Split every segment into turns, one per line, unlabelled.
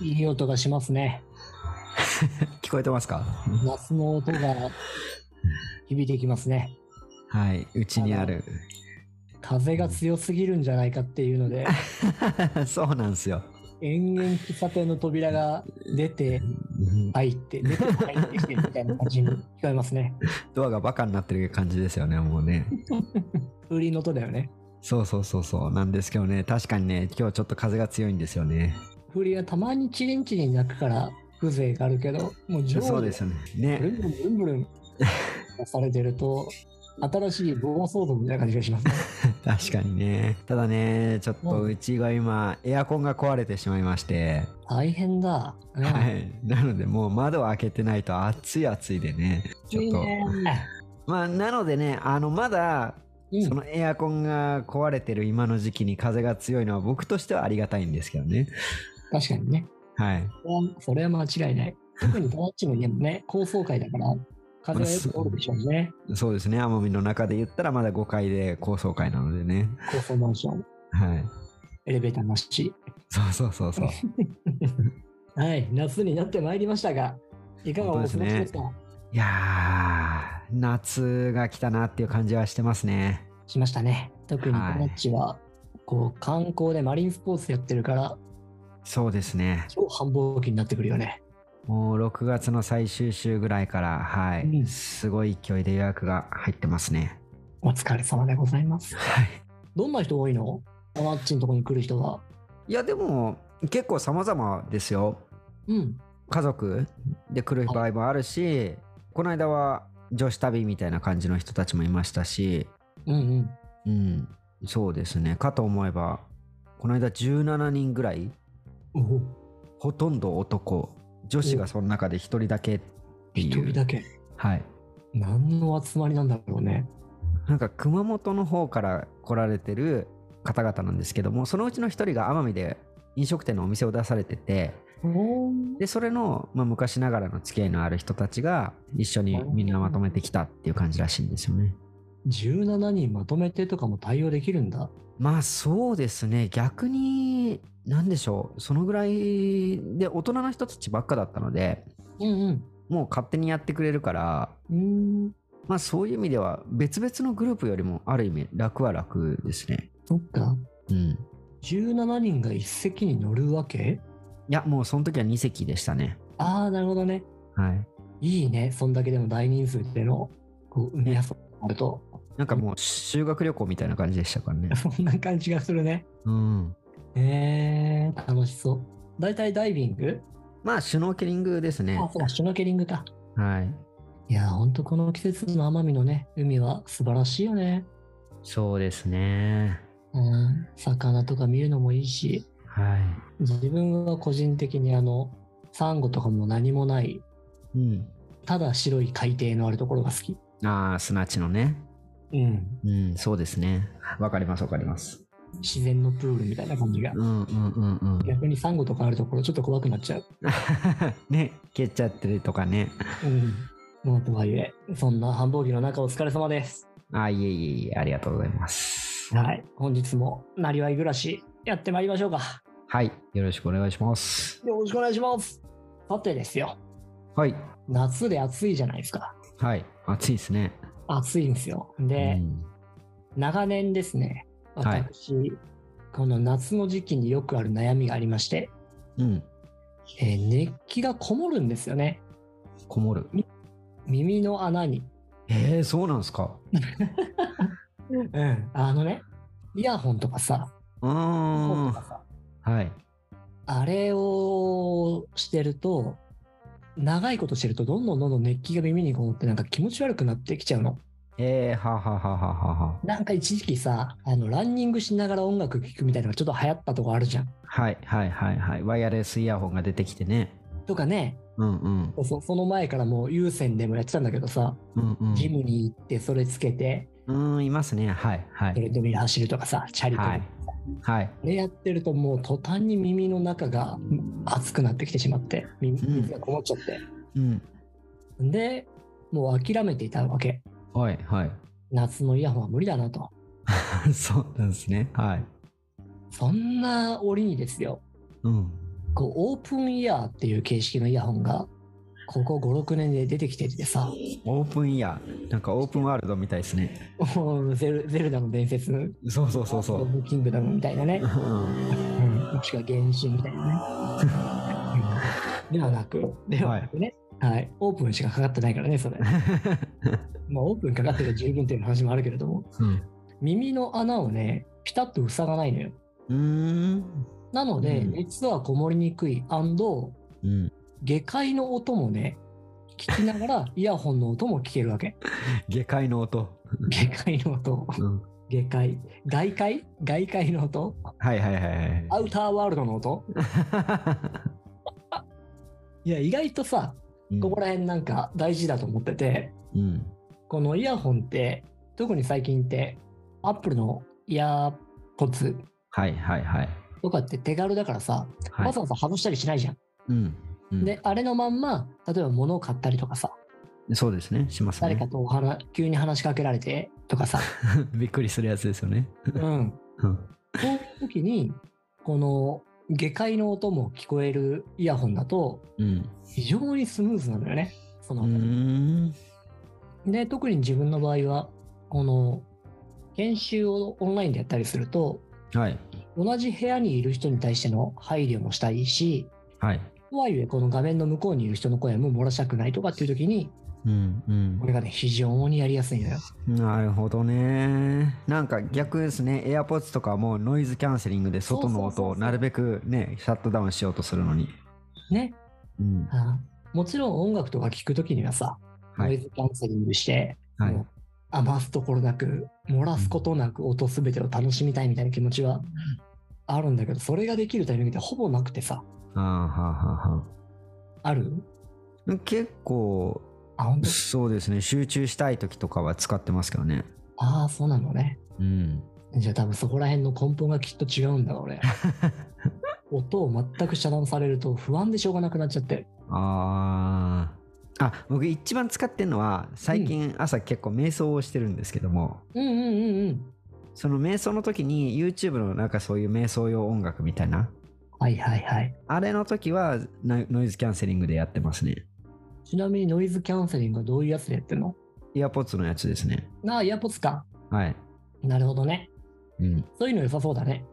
いい音がしますね。
聞こえてますか
夏の音が響いてきますね。
はいうちにある
風が強すぎるんじゃないかっていうので、
そうなんですよ
延々喫茶店の扉が出て入って、出て入ってきてみたいな感じに聞こえますね。
ドアがバカになってる感じですよねもうね
風鈴の音だよね。
そうそうそうそうなんですけどね確かにね今日ちょっと風が強いんですよね
風鈴はたまにチリンチリン鳴くから風情があるけど、もう上
そう
下
ですよね
ブル
ね
ンブルンブルンブルンされてると、新しい暴走族みたいな感じがしますね。
確かにねただねちょっとうちが今エアコンが壊れてしまいまして
大変だ。うん
はいなのでもう窓を開けてないと暑い暑いでねちょっ
いい
と
ね
まあなのでねあのまだ
うん
そのエアコンが壊れてる今の時期に風が強いのは僕としてはありがたいんですけどね。
確かにね。
はい。
それは間違いない。特に友達の家もね、高層階だから、風がよく通るでしょうね。
そうですね。奄美の中で言ったらまだ5階で高層階なのでね。
高層マンション、
はい。
エレベーターなし。
そうそうそう そう。
はい、夏になってまいりましたが、いかがお過ごしですか
いやー、夏が来たなっていう感じはしてますね。
しましたね。特に友達は、こう、観光でマリンスポーツやってるから、
そうですね。
超繁忙期になってくるよね。
もう6月の最終週ぐらいから、はい。
うん
すごい勢いで予約が入ってますね。
お疲れ様でございます。
はい。
どんな人多いの友達のとこに来る人は。
いや、でも結構様々ですよ。
うん。
家族で来る場合もあるしこの間は女子旅みたいな感じの人たちもいましたし
うんうん。
うんそうですねかと思えばこの間17人ぐらい
おお
ほとんど男女子がその中で1人だけって
一
い
人
う
だけ。
はい
何の集まりなんだろうね。
なんか熊本の方から来られてる方々なんですけどもそのうちの1人が奄美で飲食店のお店を出されててでそれの、まあ、昔ながらの付き合いのある人たちが一緒にみんなまとめてきたっていう感じらしいんですよね。
17人まとめてとかも対応できるんだ。
まあそうですね逆に何でしょうそのぐらいで大人の人たちばっかだったので
うん
もう勝手にやってくれるから
うん。うん。
まあそういう意味では別々のグループよりもある意味楽は楽ですね
そっか。
うんい
17人が一席に乗るわけ
やもうその時は2席でしたね
ああ、なるほどね。
はい
いいね。そんだけでも大人数での、こう、埋め遊びがあると。
なんかもう修学旅行みたいな感じでしたからね
そんな感じがするね。
うん
えー、楽しそう。大体ダイビング
まあシュノーケリングですね
あ、そうだ、シュノーケリングか。
はい
いやー、ほんとこの季節の奄美のね、海は素晴らしいよね。
そうですね
うん。魚とか見るのもいいし、
は
自分は個人的にあの、サンゴとかも何もない
いうん
ただ白い海底のあるところが好き。
ああ砂地のね
うん。
うん、そうですね。わかります、わかります。
自然のプールみたいな感じが
う。ん、うん、うん、うん。
逆にサンゴとかあるところちょっと怖くなっちゃう。
ね、蹴っちゃってるとかね。
うん。もうとはいえ、そんな繁忙期の中お疲れ様です。
あ、いえいえいえ、ありがとうございます。
はい。本日もなりわい暮らしやってまいりましょうか。
はい、よろしくお願いします。
よろしくお願いします。さてですよ。
はい、
夏で暑いじゃないですか。
はい、暑いですね。
暑いんですよ。
う
で、
ん、
長年ですね、
はい
私、この夏の時期によくある悩みがありまして、
うん、
えー熱気がこもるんですよね。
こもる。
耳の穴に。
えー、そうなんですか。
うん、あのね、イヤホンとかさ、
うーん、
と
は
かさ
い。
あれをしてると、長いことしてると、どんどんどんどん熱気が耳にこもって、なんか気持ち悪くなってきちゃうの。
えー、はははははは。
なんか一時期さ、あの、ランニングしながら音楽聴くみたいなのがちょっと流行ったとこあるじゃん。
はい、はい、はい、はい。ワイヤレスイヤホンが出てきてね。
とかね、
うん、うん、
そその前からもう有線でもやってたんだけどさ、
うん、うん。
ジムに行ってそれつけて、
うん、いますね。はい、は
ト
い。
レッドミル走るとかさ、チャリとか。
はい。はい。
あれやってるともう途端に耳の中が熱くなってきてしまって、耳
うん
水がこもっちゃって。
うん。
で、もう諦めていたわけ。
はい、はい。
夏のイヤホンは無理だなと。
そうなんですね。はい。
そんな折にですよ、
うん。
こうオープンイヤーっていう形式のイヤホンがここ56年で出てきててさ
オープンイヤーなんかオープンワールドみたいですね
もうゼルゼルダの伝説の
そうそうそうそう、
キングダムみたいなね
うん
もしくは原神みたいなねではなくではなくね、はいオープンしかかかってないからねそれまあオープンかかってる十分っていう話もあるけれども
うん
耳の穴をねピタッと塞がないのよ
うーん
なので、
うん
熱はこもりにくい and
うん
下界の音もね聞きなが らイヤホンの音も聞けるわけ
下界の音、
下界の音
うん、
下界外界外界の音
はいはいはい
ア
はい
ウターワールドの音いや意外とさ
うん
ここら辺なんか大事だと思ってて
うん
このイヤホンって特に最近ってアップルのイヤーポッツ
はいはいはい
とかって手軽だからさ、
はい
わざわざ外したりしないじゃん、
うんうん
であれのまんま例えば物を買ったりとかさ
そうですねしますね
誰かとお話急に話しかけられてとかさ、
びっくりするやつですよね
うん、
うん
そういう時にこの下界の音も聞こえるイヤホンだと
うん
非常にスムーズなのよねそうの、
ーん
で特に自分の場合はこの研修をオンラインでやったりすると
はい
同じ部屋にいる人に対しての配慮もしたいし
はい
とはいえこの画面の向こうにいる人の声も漏らしたくないとかっていう時に
うんうん
これがね非常にやりやすいのよ
なるほどね。なんか逆ですね、AirPods とかはもうノイズキャンセリングで外
そ
の
うそう
音
そう
を
そう
なるべくね、シャットダウンしようとするのに。
ね
うん、
あもちろん音楽とか聴く時にはさ
は
ノイ
い。
ズキャンセリングして、
は
も、
いう
余すところなく漏らすことなく音すべてを楽しみたいみたいな気持ちはあるんだけどそれができるタイミングってほぼなくてさ
あーはーはーは
ある
ー結構、
あ本当
そうですね、集中したい時とかは使ってますけどね。
ああそうなのね
うん。
じゃあ多分そこら辺の根本がきっと違うんだ 俺音を全く遮断されると不安でしょうがなくなっちゃって
あーあ、僕一番使ってるのは、最近朝結構瞑想をしてるんですけども、
うんうんうんうん
その瞑想の時に YouTube のなんかそういう瞑想用音楽みたいな、
はいはいはい
あれの時はノイノイズキャンセリングでやってますね。
ちなみにノイズキャンセリングはどういうやつでやってんの
イヤポッツのやつですね。
なあイヤポッツか
はい。
なるほどね
うん。
そういうの良さそうだね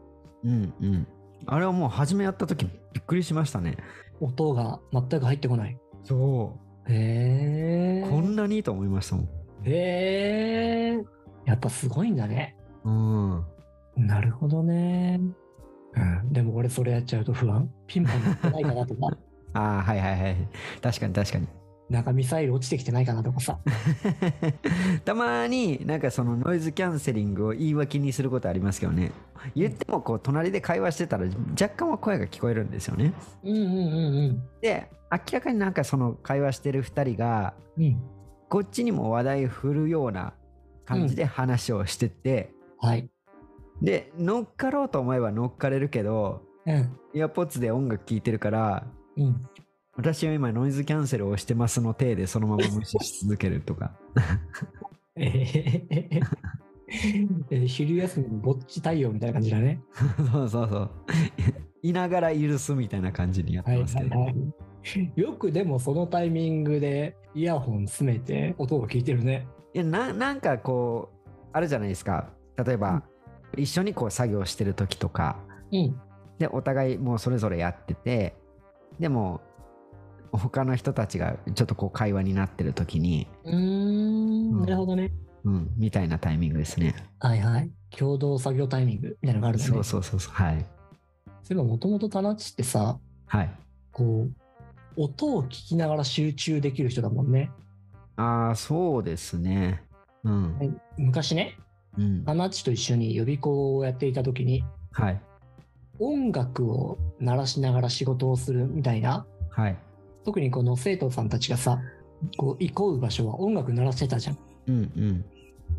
うんうん。あれはもう初めやった時びっくりしましたね。
音が全く入ってこない
そ
へえ
こんなにと思いました
へえやっぱすごいんだね。
もん。うん。
なるほどね。うん、でも俺それやっちゃうと不安。ピンポン鳴ってないかなと か、
ああ、はいはいはい。確かに確かに。
なんかミサイル落ちてきてないかなとかさ。
たまになんかそのノイズキャンセリングを言い訳にすることありますけどね。言ってもこう隣で会話してたら若干は声が聞こえるんですよね。
うんうんうん
で、明らかになんかその会話してる2人が
うん。うん。
こっちにも話題振るような感じで話をしてって、
はい。
で乗っかろうと思えば乗っかれるけど
うん。
イヤポッツで音楽聴いてるから
うん。
私は今ノイズキャンセルをしてますの体でそのまま無視し続けるとか
えへへへへえー昼休みのぼっち対応みたいな感じだね。
そうそうそう いながら許すみたいな感じにやって
はい
ま
は
すけ
い
ど、
はい。よくでもそのタイミングでイヤホン詰めて音を聞いてるね。
いやななんかこうあるじゃないですか例えば、一緒にこう作業してる時とか
うん。
でお互いもうそれぞれやっててでも他の人たちがちょっとこう会話になってる時に、
うーん。なるほどね。
うん、みたいなタイミングですね。
はいはい。共同作業タイミングみたいなのがあるんだね。
そうそうそうそうはい
そういえばもともとタナッチってさ、
はい
こう、音を聞きながら集中できる人だもんね。
ああそうですねうん、
はい昔ね、
うん
タナッチと一緒に予備校をやっていた時に、
はい
音楽を鳴らしながら仕事をするみたいな、
はい
特にこの生徒さんたちがさ、こう、行こう場所は音楽鳴らしてたじゃん。
うんうん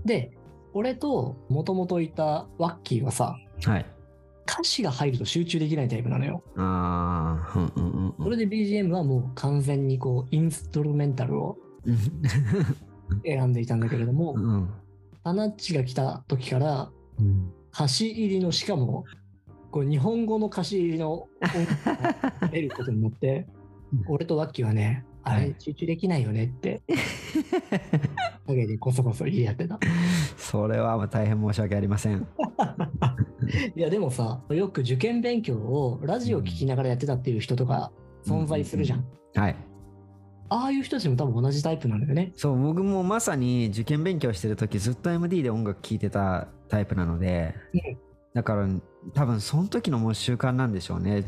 で、俺ともともといたワッキーはさ、
はい
歌詞が入ると集中できないタイプなのよ。
ああうんうんうんうん
それで BGM はもう完全にこう、インストルメンタルを選んでいたんだけれども、
うんうん
タナッチが来た時から
うん
歌詞入りのしかもこう日本語の歌詞の音を得ることになって俺とワッキーはねあ
は
れ
い
集中できないよねって陰でこそこそ言い合ってた
それはまあ大変申し訳ありません。
いやでもさよく受験勉強をラジオ聞きながらやってたっていう人とか存在するじゃん、
うはい。
ああいう人たちも多分同じタイプなんだよね
そう、僕もまさに受験勉強してる時ずっと MD で音楽聴いてたタイプなので
うん、
だから多分その時のもう習慣なんでしょうね。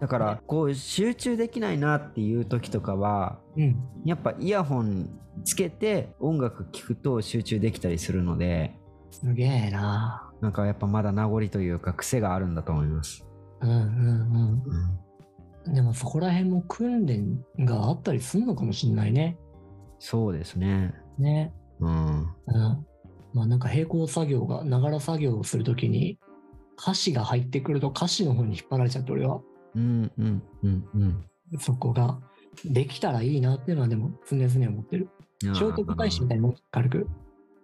だからこう集中できないなっていう時とかは、
うん
やっぱイヤホンつけて音楽聴くと集中できたりするので、
すげえな
なんかやっぱまだ名残というか癖があるんだと思います。
うんうんうん
うん
でもそこら辺も訓練があったりするのかもしんないね。
そうですね。
ね。
うん。
うん。まあなんか並行作業が、ながら作業をするときに、歌詞が入ってくると歌詞の方に引っ張られちゃって、俺は。
うんうんうんうん。
そこが、できたらいいなっていうのはでも常々思ってる。聖
あー
徳太子みたいなもん、軽く。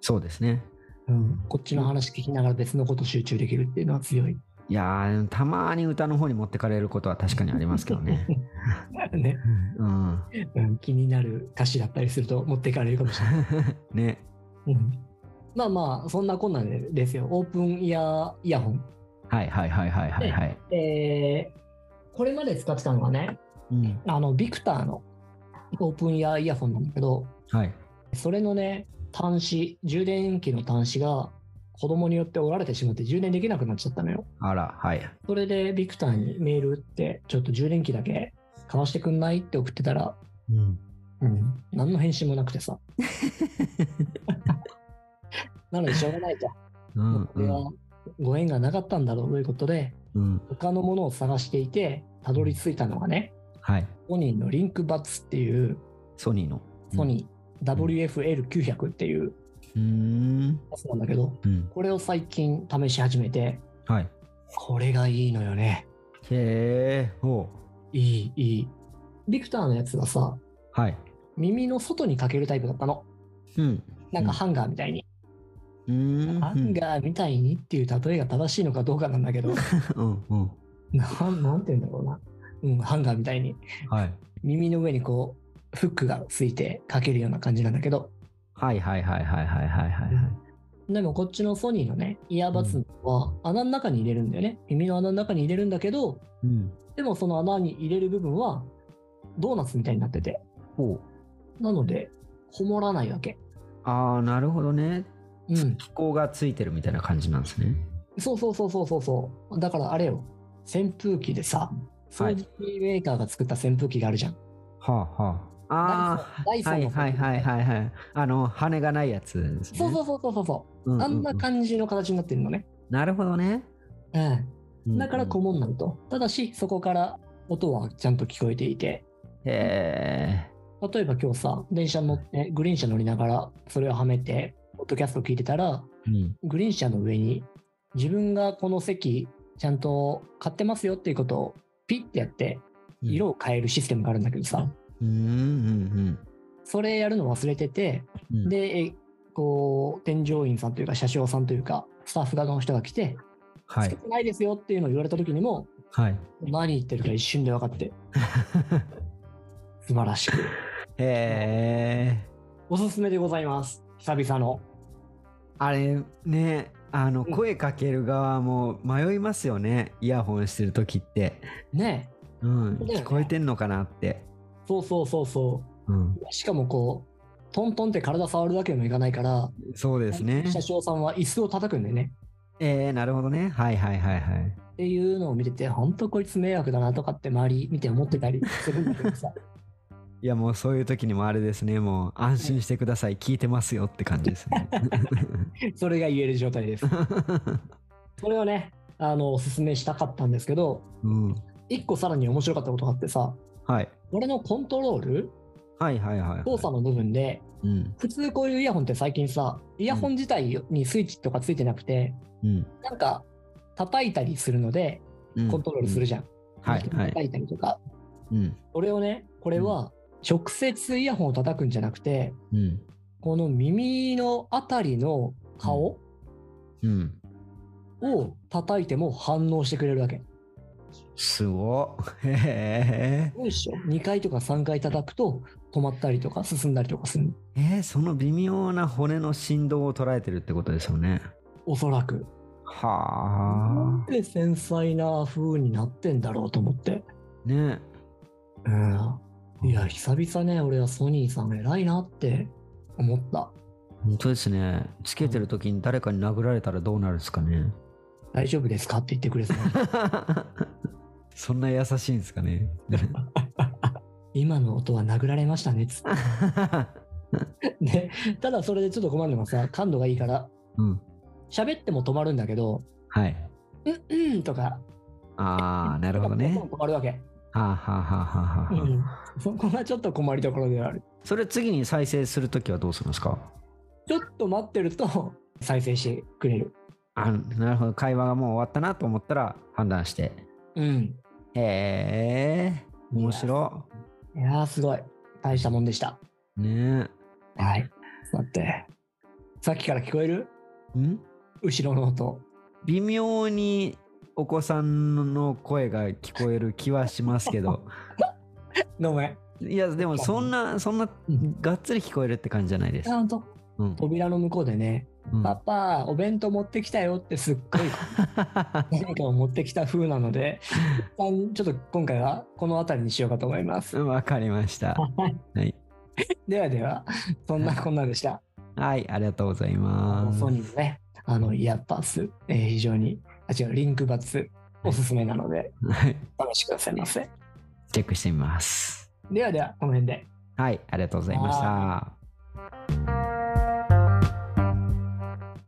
そうですね。
うん。こっちの話聞きながら別のこと集中できるっていうのは強い。
いやーでもたまに歌の方に持ってかれることは確かにありますけど ね。
ね、
うん。
うん。気になる歌詞だったりすると持っていかれるかもしれない。
ね。
うんまあまあ、そんなこんなでですよ。オープンイヤーイヤホン。
はいはいはいはいはいはい。
えーこれまで使ってたのはね、
うん。
あの、ビクターのオープンイヤーイヤホンなんだけど、
はい。
それのね、端子、充電器の端子が子供によって折られてしまって充電できなくなっちゃったのよ。
あら、はい。
それでビクターにメール打って、ちょっと充電器だけ買わしてくんないって送ってたら、
うん。
うん、何の返信もなくてさ。なのでしょうがないじゃん。
う
もうんこ
う
れ
ん。
はご縁がなかったんだろうということで、
うん。
他のものを探していて、たどり着いたのがね、
はい。
ソニーのリンクバッツっていう、
ソニーの。
ソニー WFL900 っていう
ー。うーん。
やつなんだけど、
うん。
これを最近試し始めて、
はい。
これがいいのよね。
へえ。おう。
いい、いい。ビクターのやつがさ、
はい。
耳の外にかけるタイプだったの。
うん。
なんかハンガーみたいに。
うーん。
ハンガーみたいにっていう例えが正しいのかどうかなんだけど、
うんうん。
なんなんて言うんだろうな。うん、ハンガーみたいに。
はい。
耳の上にこうフックがついてかけるような感じなんだけど
はいはいはいはいはいはいはいはい。
でもこっちのソニーのねイヤーバツは穴の中に入れるんだよね耳の穴の中に入れるんだけど
うん。
でもその穴に入れる部分はドーナツみたいになってて
ほう。
なのでこもらないわけ
ああ、なるほどね。
うん
気候がついてるみたいな感じなんですね。
そうそうそうそうそうそうだからあれよ扇風機でさ
は
掃
い
除機メーカーが作った扇風機があるじゃん、
はあはあ。ああ、
ダイソン
はいはいはい
い
はいはい。あの、羽がないやつですね。
そうそうそうそうそうう、
んうんうん
あんな感じの形になってるのね
なるほどね。
うん
うんうん
だからこもんないと。ただし、そこから音はちゃんと聞こえていて、
へえ。
例えば今日さ、電車乗って、グリーン車乗りながら、それをはめて、ポッドキャスト聞いてたら、
うん。
グリーン車の上に、自分がこの席、ちゃんと買ってますよっていうことを、ピッてやって、色を変えるシステムがあるんだけどさ、
うんうん
それやるの忘れてて、
うんうん。、
で、えこう、添乗員さんというか、車掌さんというか、スタッフ側の人が来て、
は
つけ
い。
てないですよっていうのを言われた時にも、
はい。
何言ってるか一瞬で分かって、素晴ら しく。
へえ。
おすすめでございます。久々の。
あれね、あの、
うん
声かける側も迷いますよね。イヤホンしてる時って。
ねえ
うん。
そうだよね
聞こえてんのかなって。
そうそうそうそ
うん。
う。しかもこう、トントンって体触るわけにもいかないから、
そうですね。
車掌さんは椅子を叩くんでね。
えー、なるほどね。はいはいはいはい。
っていうのを見てて、本当こいつ迷惑だなとかって周り見て思ってたりするんだけど さ。
いやもうそういう時にもあれですね。もう安心してください。聞いてますよって感じです ね。
それが言える状態です。それをね、あの、おすすめしたかったんですけど、
うん。
一個さらに面白かったことがあってさ、
はい。
俺のコントロール
はいはいはい、はい。
操作の部分で、
うん。
普通こういうイヤホンって最近さ、イヤホン自体にスイッチとかついてなくて、
うん。
なんか叩いたりするので、
うん。
コントロールするじゃん。
はいはい。
叩いたりとか。
うん。
それをね、これは直接イヤホンを叩くんじゃなくて、
うん。
この耳のあたりの顔
うん。
を叩いても反応してくれるわけ。
すごっ。へ
すごいっしょ ?2 回とか3回叩くと止まったりとか進んだりとかする。
え。えー、その微妙な骨の振動を捉えてるってことですよね。
おそらく。
はあ。
で、繊細な風になってんだろうと思って。
ね
うん。いや、久々ね、俺はソニーさん偉いなって思った。
本当ですね。つけてる時に誰かに殴られたらどうなるんです かね。
大丈夫ですかって言ってくれ そう。
そんな優しいんです かね。
今の音は殴られましたねっつって。で、ただそれでちょっと困るのがさ、感度がいいから、
うん。
喋っても止まるんだけど、
はい。
うんとか、
ああ、 なるほど
ポン
ね
ポン。止まるわけ。
はあ、はあはあはあ
う
はあ
ん。そこがちょっと困りどころではある。
それ次に再生するときはどうするんですか
ちょっと待ってると、 再生してくれる。
あなるほど。会話がもう終わったなと思ったら判断して。
うん。
へえ、面白
いやー、すごい。大したもんでした。
い。ね
はい。ちょっと待って。さっきから聞こえる
え。ん
後ろの音。
微妙にお子さんの声が聞こえる気はします けど。
ごめん。
いや、でもそんな、そんな、
うん
がっつり聞こえるって感じじゃないです
ち。ゃんと
うん。
扉の向こうでね、
うん
パパ、お弁当持ってきたよってすっごい 何かを持ってきた風なので、一旦ちょっと今回はこの辺りにしようかと思います。
わかりました。はい。
ではでは、そんなこんなでした。
はい、ありがとうございます。
ソニーのね、あの、イヤーパス、えー非常に、あ、違う、リンクバツ、おすすめなので、
はい
お試しくださいませ。
チェックしてみます。
ではでは、この辺で。
はい、ありがとうございました。